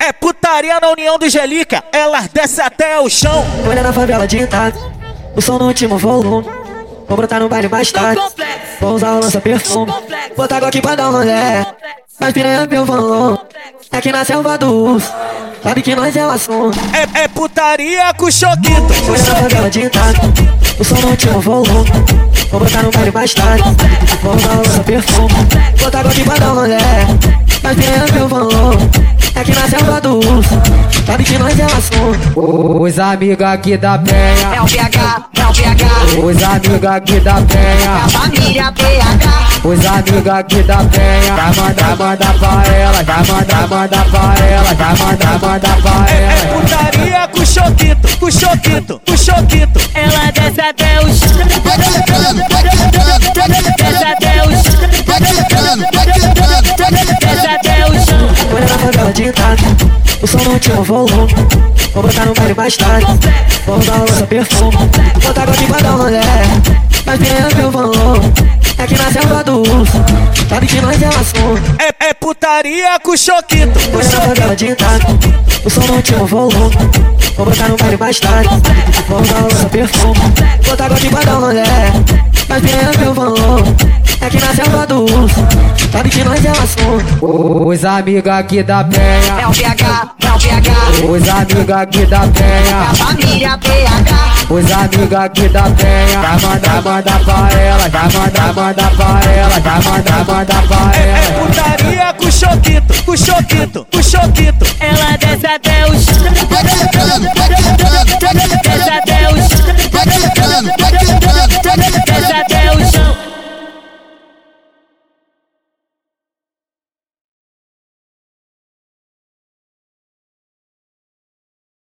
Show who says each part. Speaker 1: É putaria na União do Gelica, elas desce até o chão.
Speaker 2: Olha na favela digitada, o som no último volume. Vou brotar no baile mais tarde. Vou usar o lança perfume. Botar água aqui pra dar um rolé. Mas piranha meu valor. É que na selva do urso. Sabe que nós é o assunto.
Speaker 1: É, é putaria com choquito.
Speaker 2: Olha na favela digitada, o som no último volume. Vou botar no baile mais tarde. Vou usar o lança perfume. Botar água aqui pra dar um rolé. Mas piranha meu valor. É que na selva do urso. Sabe que nós é o assunto.
Speaker 3: Os amigos aqui da penha,
Speaker 4: É o PH, é o PH,
Speaker 3: os amigos aqui da
Speaker 4: é a
Speaker 3: penha,
Speaker 4: família PH.
Speaker 3: os amigos aqui da penha. Vai mandar, manda pra ela, vai mandar, manda pra ela, vai mandar, manda pra
Speaker 1: É, é
Speaker 3: ela.
Speaker 1: putaria com choquito, com choquito, com choquito.
Speaker 4: Ela desce até o chão.
Speaker 5: Vai quebrando, vai quebrando, vai
Speaker 4: Desce
Speaker 5: quebrando,
Speaker 4: até o chão.
Speaker 5: vai quebrando, vai quebrando, vai
Speaker 4: Desce
Speaker 5: quebrando.
Speaker 4: até o chão.
Speaker 2: Olha na favela digitada, o som no último volume. Vou botar no baile mais tarde. Vou usar o lança perfume. Botar água aqui pra dar um rolé. Mas piranha meu valor. É que na selva do urso. Sabe que nós é o assunto.
Speaker 1: É, é putaria com choquito, com
Speaker 2: Olha na
Speaker 1: choquito.
Speaker 2: favela digitada, o som no último volume. Vou botar no baile mais tarde. Vou usar o lança perfume. Botar água aqui pra dar um rolé. Mas piranha meu valor. É que na selva do urso. Sabe que nós é o assunto.
Speaker 3: Os amigos aqui da penha,
Speaker 4: É o PH, é o PH,
Speaker 3: os amigos aqui da
Speaker 4: é a
Speaker 3: penha,
Speaker 4: família PH.
Speaker 3: os amigos aqui da penha. Vai mandar, manda pra ela, vai mandar, manda pra ela, vai mandar, manda pra
Speaker 1: É, é
Speaker 3: ela.
Speaker 1: putaria com choquito, com choquito, com choquito.
Speaker 4: Ela desce até o chão.
Speaker 5: Vai quebrando, vai